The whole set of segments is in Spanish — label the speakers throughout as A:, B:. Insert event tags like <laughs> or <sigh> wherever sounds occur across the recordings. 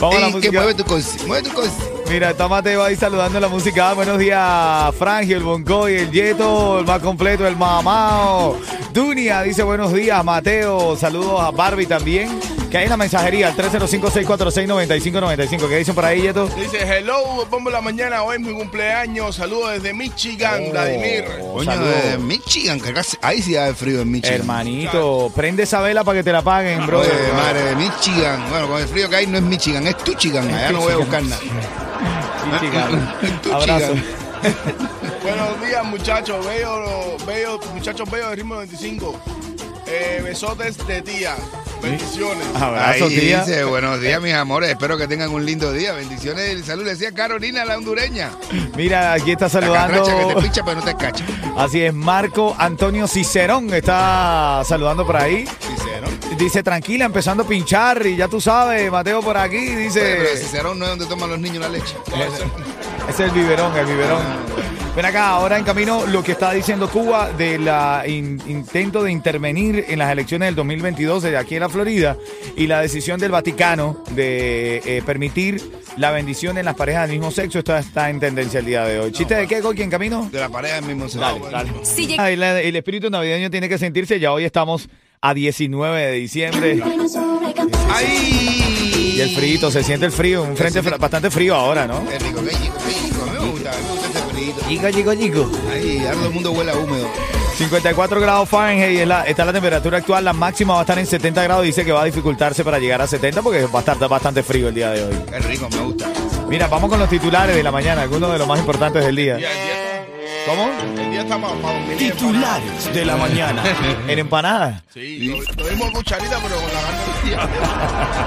A: Vamos a la
B: Ey, que
A: música.
B: mueve tu cosi- mueve tu cosi-
A: Mira, está Mateo ahí saludando la música. Buenos días, Frangio, el Boncoy, el Yeto, el más completo, el mamao. Dunia dice buenos días, Mateo. Saludos a Barbie también. Que hay en la mensajería, al 305-646-9595. ¿Qué dicen por ahí, Yeto?
C: Dice, hello, bombo de la mañana, hoy es mi cumpleaños, saludos desde Michigan,
A: Oh.
C: Vladimir.
B: Coño,
A: saludo.
B: de Michigan, que casi- ahí sí hace frío en Michigan.
A: Hermanito, prende esa vela para que te la paguen, bro.
B: Oye,
A: <laughs>
B: madre de Michigan. Bueno, con el frío que hay no es Michigan, es Tuchigan. Allá no voy a buscar nada.
A: Michigan.
B: Tú,
A: Abrazo.
B: <laughs> chica.
C: Buenos días, muchachos, bello, bello, muchachos bellos de ritmo 25. Eh, besotes de tía, bendiciones.
A: Abrazo,
B: Ahí
A: tía.
B: dice, buenos días, mis amores. Espero que tengan un lindo día. Bendiciones y salud. Le decía Carolina, la hondureña.
A: Mira, aquí está
B: La catracha que
A: saludando.
B: te picha, pero no te cacha.
A: Así es, Marco Antonio Cicerón está saludando por ahí.
B: Cicerón.
A: Dice, tranquila, empezando a pinchar y ya tú sabes, Mateo por aquí,
B: Oye, pero el
A: dice,
B: Cicerón no es donde toman los niños la leche.
A: es el biberón, el biberón. Ven acá, ahora en camino lo que está diciendo Cuba del intento de intervenir en las elecciones del 2022 de aquí en la Florida y la decisión del Vaticano de eh, permitir la bendición en las parejas del mismo sexo, esto está en tendencia el día de hoy. ¿Chiste de qué, Coqui, en camino?
B: De la pareja del mismo sexo.
A: Dale, dale. Ah, el, el espíritu navideño tiene que sentirse, ya hoy estamos a 19 de diciembre.
B: ¡Ay!
A: Y el frío, se siente el frío, un frente fr- bastante frío ahora, ¿no?
B: Es rico, qué rico, qué rico. A mí me gusta, a mí me gusta este frito.
A: Chico, chico, chico.
B: Ahí, ahora todo el mundo huele a húmedo.
A: 54 grados Fahrenheit es la- está la temperatura actual, la máxima va a estar en 70 grados, dice que va a dificultarse para llegar a 70 porque va a estar bastante frío el día de hoy.
B: Es rico, me gusta.
A: Mira, vamos con los titulares de la mañana, algunos de los más importantes del día.
C: Y el día,
A: ¿Cómo?
C: el día está más para un
A: Titulares de la mañana. <laughs> En empanadas.
C: Sí, lo, lo mismo cucharita, pero con la carne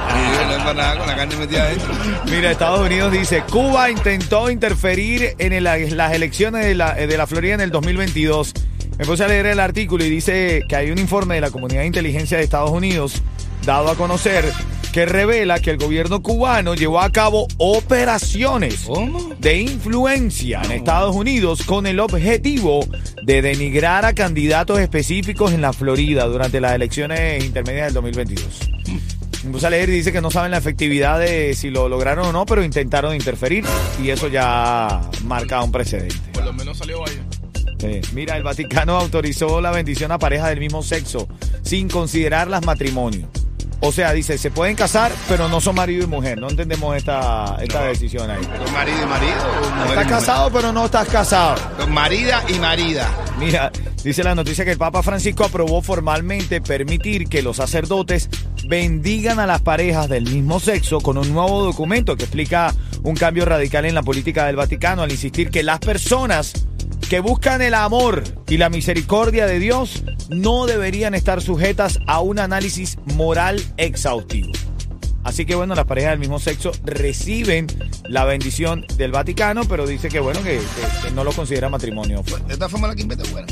B: <laughs> Y no es para nada con la carne metida adentro.
A: Mira, Estados Unidos dice, Cuba intentó interferir en el- las elecciones de la, de la Florida en el 2022. Me puse a leer el artículo y dice que hay un informe de la Comunidad de Inteligencia de Estados Unidos dado a conocer que revela que el gobierno cubano llevó a cabo operaciones
B: ¿Cómo?
A: de influencia en Estados Unidos con el objetivo de denigrar a candidatos específicos en la Florida durante las elecciones intermedias del 2022. Me puse a leer y dice que no saben la efectividad de si lo lograron o no, pero intentaron interferir y eso ya marca un precedente.
C: Por lo menos salió ahí.
A: Sí. Mira, el Vaticano <laughs> autorizó la bendición a parejas del mismo sexo sin considerar las matrimonios. O sea, dice, se pueden casar, pero no son marido y mujer. No entendemos esta, esta decisión ahí.
B: ¿Con marido y marido? o mujer
A: Estás
B: y mujer?
A: casado, pero no estás casado.
B: Con marida y marida.
A: Mira, dice la noticia que el Papa Francisco aprobó formalmente permitir que los sacerdotes bendigan a las parejas del mismo sexo con un nuevo documento que explica un cambio radical en la política del Vaticano al insistir que las personas que buscan el amor y la misericordia de Dios no deberían estar sujetas a un análisis moral exhaustivo. Así que bueno, las parejas del mismo sexo reciben la bendición del Vaticano, pero dice que bueno, que, que- que no lo considera matrimonio.
B: De esta forma la quimbeta es buena.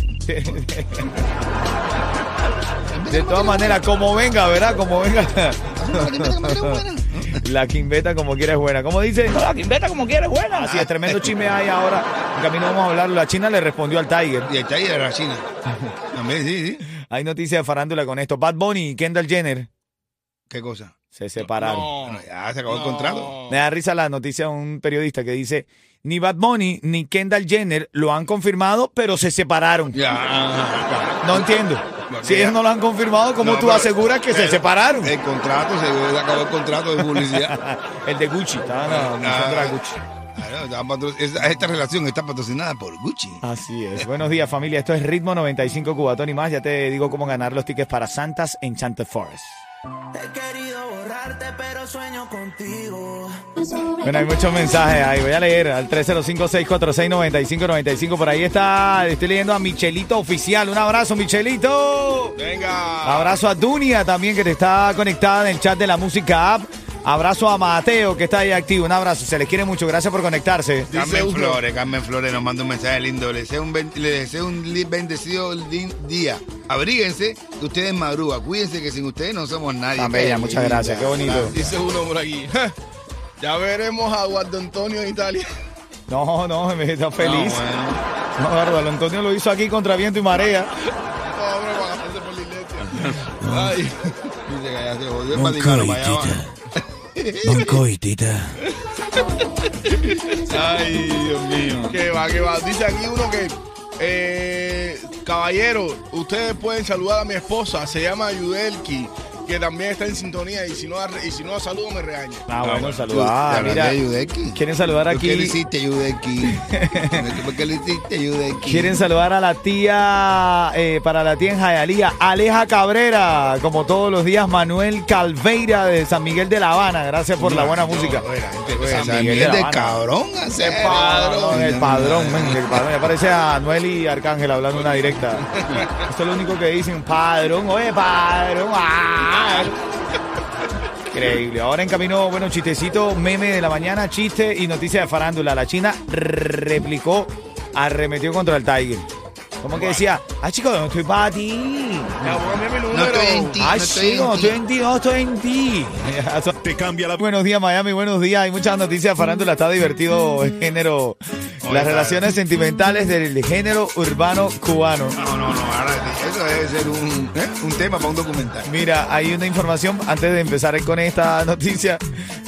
A: De todas maneras, como venga, ¿verdad? Como venga. <laughs>
B: La quimbeta como quiera es buena.
A: La quimbeta como quiera es buena. ¿Cómo dice?
D: La quimbeta como quieres, buena.
A: Así es, tremendo chisme hay ahora. En camino vamos a hablarlo. La China le respondió al Tiger.
B: Y está ahí de la China. También, sí, sí.
A: Hay noticias de farándula con esto. Bad Bunny y Kendall Jenner
B: ¿Qué cosa?
A: se separaron.
B: Bueno, ya se acabó el contrato.
A: Me da risa la noticia de un periodista que dice, ni Bad Bunny ni Kendall Jenner lo han confirmado, pero se separaron.
B: Ya.
A: No entiendo.
B: Bueno,
A: Si
B: ya.
A: ellos no lo han confirmado, ¿cómo
B: No,
A: tú
B: pero-
A: aseguras que se
D: Eh,
B: el-
A: separaron?
B: El contrato, se se acabó el contrato de publicidad.
A: El de Gucci. Estaban anunciando la Gucci.
B: Ah, no, está patro- esta, esta relación está patrocinada por Gucci.
A: Así es. Buenos días, familia. Esto es Ritmo 95 Cubatón y más. Ya te digo cómo ganar los tickets para Santas en Santa Forest.
E: He querido borrarte, pero sueño contigo.
A: Bueno, hay muchos mensajes ahí. Voy a leer al 305-646-9595. Por ahí está. Estoy leyendo a Michelito Oficial. Un abrazo, Michelito.
C: Venga.
A: Abrazo a Dunia también, que te está conectada en el chat de la música app. Abrazo a Mateo, que está ahí activo. Un abrazo. Se les quiere mucho. Gracias por conectarse.
C: Dice
B: Carmen
C: uno.
B: Flores, Carmen Flores nos manda un mensaje lindo. Le deseo un, ben- le deseo un li- bendecido din- día. Abríguense, que ustedes madruga. Cuídense que sin ustedes no somos nadie.
A: Tan bella,
B: Qué
A: muchas
B: linda.
A: gracias. Qué bonito.
C: Dice uno por aquí. Ya veremos a Guardo Antonio en Italia.
A: No, no, me está feliz.
B: No, bueno.
A: No, Bárbaro, Antonio lo hizo aquí contra viento y marea.
C: No, hombre, para gastarse por la iglesia. Ay.
B: Dice que ya se jodió el
F: Don
B: Vaticano,
F: Coy,
B: para allá
F: tita.
B: abajo.
F: Don Coy, tita.
C: Ay, Dios mío. Que va, que va. Dice aquí uno que, eh, caballero, ustedes pueden saludar a mi esposa, se llama Yudelki, que también está en sintonía y si no, la- y si no la saludo me regaña.
A: Ah, bueno,
B: Tú,
A: saludar.
B: ¿te
A: Mira,
B: hablaste de Yudeki?
A: quieren saludar
B: ¿Por qué le
A: aquí.
B: hiciste Yudeki? <laughs> ¿Por qué le hiciste Yudeki?
A: Quieren saludar a la tía, eh, para la tía en Jayalía, Aleja Cabrera, como todos los días, Manuel Calveira de San Miguel de La Habana. Gracias por la buena música.
B: San
A: San Miguel
B: Miguel
A: de La
B: de
A: Habana.
B: cabrón,
A: El
B: hacer
A: padrón, el padrón, men, el padrón. Ya parece a Noel y Arcángel hablando una directa. Esto es lo único que dicen, padrón, oye, padrón. ah. Increíble. Ahora en camino, bueno, chistecito, meme de la mañana, chiste y noticia de farándula. La China replicó, arremetió contra el Tiger. Como que decía, ah, chicos, no estoy para ti.
C: Ya, póngame mi
B: No
C: número.
B: estoy en ti, no
A: Ah,
B: estoy
A: chico,
B: en
A: estoy
B: ti.
A: en ti, no estoy en ti. Te cambia la. Buenos días, Miami, buenos días. Hay muchas noticias de farándula, está divertido el género. Las relaciones sentimentales del género urbano cubano.
B: No, no, no, ahora sí, eso debe ser un, ¿eh? un tema para un documental.
A: Mira, hay una información antes de empezar con esta noticia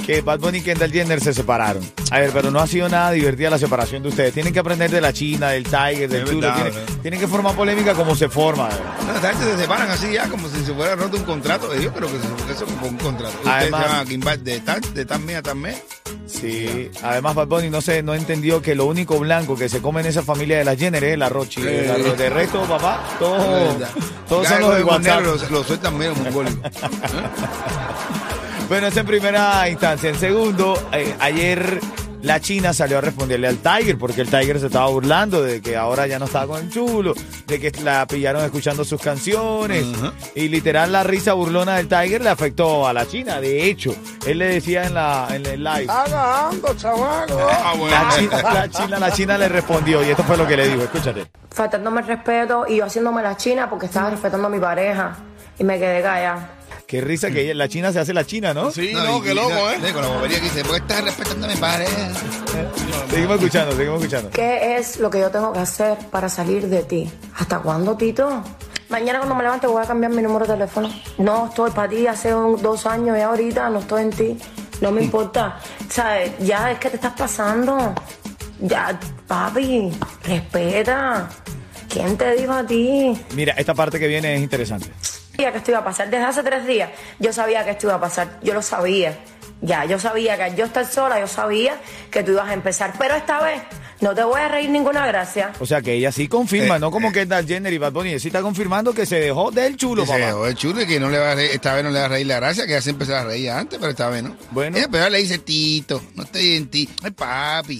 A: que Bad Bunny y Kendall Jenner se separaron. A ver, pero no ha sido nada divertida la separación de ustedes. Tienen que aprender de la China, del Tiger, del
B: Es
A: Chulo.
B: verdad,
A: Tienen,
B: ¿verdad?
A: tienen que formar polémica como se forma.
B: Bueno, esta gente se separan así ya, como si se fuera roto un contrato. Yo creo que se- eso fue un contrato. Ustedes
A: Además-
B: se van a quimbar de tal, de tal mes a tal mes.
A: Sí, además Bad Bunny no, se, no entendió que lo único blanco que se come en esa familia de las Jenner es el arroz chile. El arroz. De resto, papá, todos,
B: ¿verdad?
A: Oh, todos
B: Ya
A: son los de
B: esos
A: WhatsApp.
B: negros Los, los sueltan medio mongólicos.
A: Bueno, es en primera instancia. En segundo, eh, ayer la China salió a responderle al Tiger porque el Tiger se estaba burlando de que ahora ya no estaba con el chulo, de que la pillaron escuchando sus canciones. Y literal la risa burlona del Tiger le afectó a la China. De hecho, él le decía en, la, en el live.
C: Ah,
A: La
C: bueno.
A: China, la China, la China le respondió y esto fue lo que le dijo. Escúchate.
G: faltándome el respeto y yo haciéndome la china porque estaba respetando a mi pareja y me quedé callada.
A: Qué risa que ella- la China se hace la China, ¿no?
C: Sí, no,
B: y-
C: qué
B: y-
C: loco,
B: no,
C: ¿eh?
B: Con la bobería que dice, ¿por qué estás respetando a mi pareja?
A: Seguimos escuchando, seguimos escuchando.
D: ¿Qué es lo que yo tengo que hacer para salir de ti? ¿Hasta cuándo, Tito? Mañana cuando me levante voy a cambiar mi número de teléfono. No estoy para ti, hace un- dos años y ahorita no estoy en ti. No me importa. ¿Sabes? Ya es que te estás pasando. Ya, papi, respeta. ¿Quién te dijo a ti?
A: Mira, esta parte que viene es interesante.
D: sabía que esto iba a pasar. Desde hace tres días yo sabía que esto iba a pasar. Yo lo sabía. Ya, yo sabía que al yo estar sola, yo sabía que tú ibas a empezar. Pero esta vez no te voy a reír ninguna gracia.
A: O sea que ella sí confirma,
B: Eh,
A: no como que Kendall Jenner y Bad Bunny, sí está confirmando que se dejó del chulo,
B: Dice,
A: papá.
B: "Joder, chulo, y que no le va a reír- esta vez no le va a reír la gracia, que ya siempre se la reía antes, pero esta vez no.
A: Bueno.
B: Ella peor le dice, Tito, no estoy en ti.
A: <laughs>
B: Ay, papi.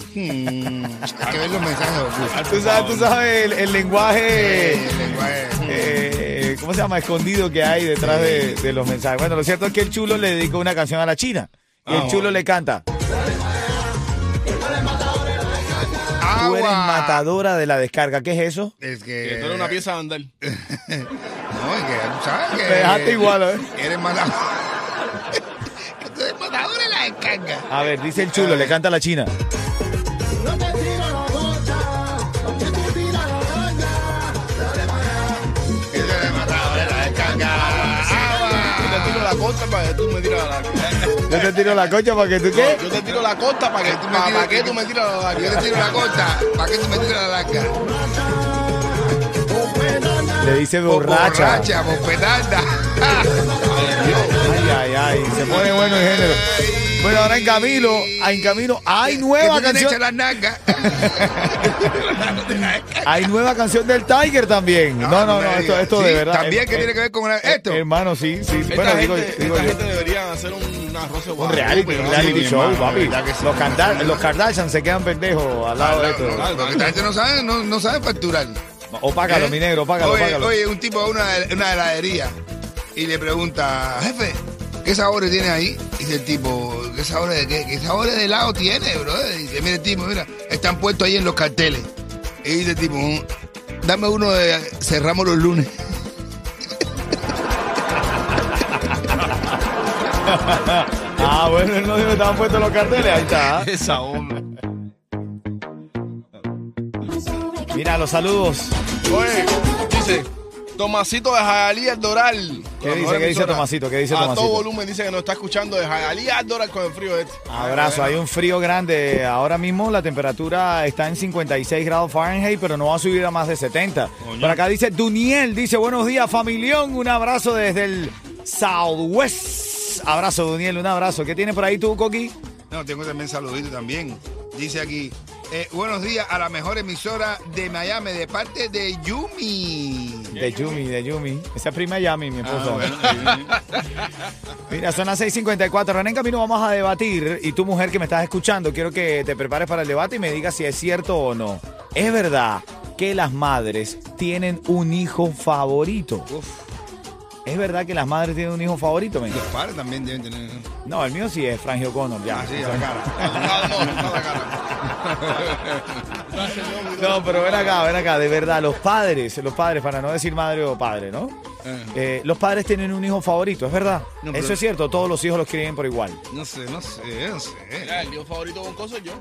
A: Mm.
B: Hmm. Hay que ver los mensajes.
A: Ah,
B: Goku.
A: Tú sabes, tú sabes el, el lenguaje,
B: Eh, el lenguaje.
A: eh, ¿cómo se llama? Escondido que hay detrás de, de los mensajes. Bueno, lo cierto es que el chulo le dedicó una canción a la China. Y el chulo le canta, tú eres
B: Agua.
A: matadora de la descarga. ¿Qué es eso?
B: Es
C: Que
B: que.
C: tú eres una pieza de andar.
B: <laughs> No, es que tú sabes que.
A: Me dejaste igual, ¿eh?
B: Eres matador. <laughs> que tú eres matador en la descarga.
A: A ver, dice el chulo, le canta a la China.
B: Que tú eres matador en la descarga.
C: Yo te tiro la costa para que tú me tiras la.
A: Yo te tiro la cocha para que tú qué.
C: Yo te tiro la costa para que tú me tiras. ¿Para qué tú me tiras la?
B: Yo te tiro la costa. ¿Para qué tú me tiras la larga?
A: Le dice borracha.
B: Borracha, <laughs> bofetarda.
A: Ay, ay, ay. Se pone bueno el género. Bueno, ahora en camino, en camino, hay nueva
B: que tú
A: canción.
B: tienes hecha las nalgas.
A: Hay nueva canción del Tiger también. No, no, no,
B: Ah, me
A: esto,
B: digas.
A: esto
B: Sí,
A: de verdad.
B: También
A: eh,
B: que tiene
A: eh,
B: que ver con la- esto.
A: Hermano, sí, sí. sí.
C: Esta
A: Bueno, digo,
C: gente,
A: digo
C: esta
A: yo.
C: gente debería hacer un arroz de
A: Un reality, un reality show, papi. Los, Kardashian- los Kardashian se quedan pendejos al lado de esto.
B: Lo que esta gente no sabe, no, no sabe facturar.
A: Opácalo,
B: ¿Eh?
A: mi negro, opácalo,
B: oye,
A: opácalo.
B: oye, un tipo a una, una heladería y le pregunta, jefe, ¿qué sabores tiene ahí? Dice el tipo, ¿qué sabores de qué? ¿Qué sabores de helado tiene, bro? Dice, mira el tipo, mira, están puestos ahí en los carteles. Y dice el tipo, "Mm, dame uno de cerramos los lunes.
A: Ah, bueno, él no dijo que estaban puestos los carteles, ahí está.
C: Esa hombre.
A: Mira, los saludos.
C: Oye, dice Tomasito de Jayalía Doral.
A: ¿Qué dice? ¿Qué dice Tomasito? ¿Qué dice
C: A todo
A: Tomasito?
C: volumen dice que nos está escuchando de Jayalía Doral con el frío este.
A: Abrazo, hay un frío grande. Ahora mismo la temperatura está en 56 grados Fahrenheit, pero no va a subir a más de 70. Por acá dice Duniel, dice buenos días familión, un abrazo desde el Southwest. Abrazo Duniel, un abrazo. ¿Qué tienes por ahí tú, Coqui?
B: No, tengo también saludito también. Dice aquí, eh, buenos días a la mejor emisora de Miami de parte de Yumi.
A: De Yumi, de Yumi. Esa es prima Yami, mi esposa. <laughs> Mira, son las 6.54. René, en camino vamos a debatir. Y tú, mujer que me estás escuchando, quiero que te prepares para el debate y me digas si es cierto o no. ¿Es verdad que las madres tienen un hijo favorito? ¿Es verdad que las madres tienen un hijo favorito, men?
B: Los padres también deben tener. ¿no?
A: No, el mío sí es Frangio Connor, ya.
B: Así, a la cara.
C: No, no, no, no, la cara.
A: No, pero ven acá, ven acá, de verdad, los padres, los padres, para no decir madre o padre, ¿no? Eh, los padres tienen un hijo favorito, es verdad.
B: No, pero-
A: Eso es cierto, todos los hijos los quieren por <laughs> igual.
B: No sé, no sé, no sé.
C: Mira, el dios favorito con cosas yo.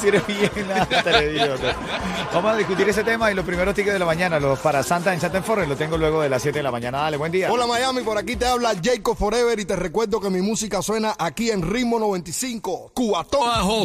A: Si eres bien, hasta le digo, ¿no? Vamos a discutir ese tema y los primeros tickets de la mañana, los para Santa en Santa en Forest, lo tengo luego de las 7 de la mañana. Dale, buen día.
G: Hola Miami, por aquí te habla Jacob Forever y te recuerdo que mi música suena aquí en Ritmo 95, Cubatón.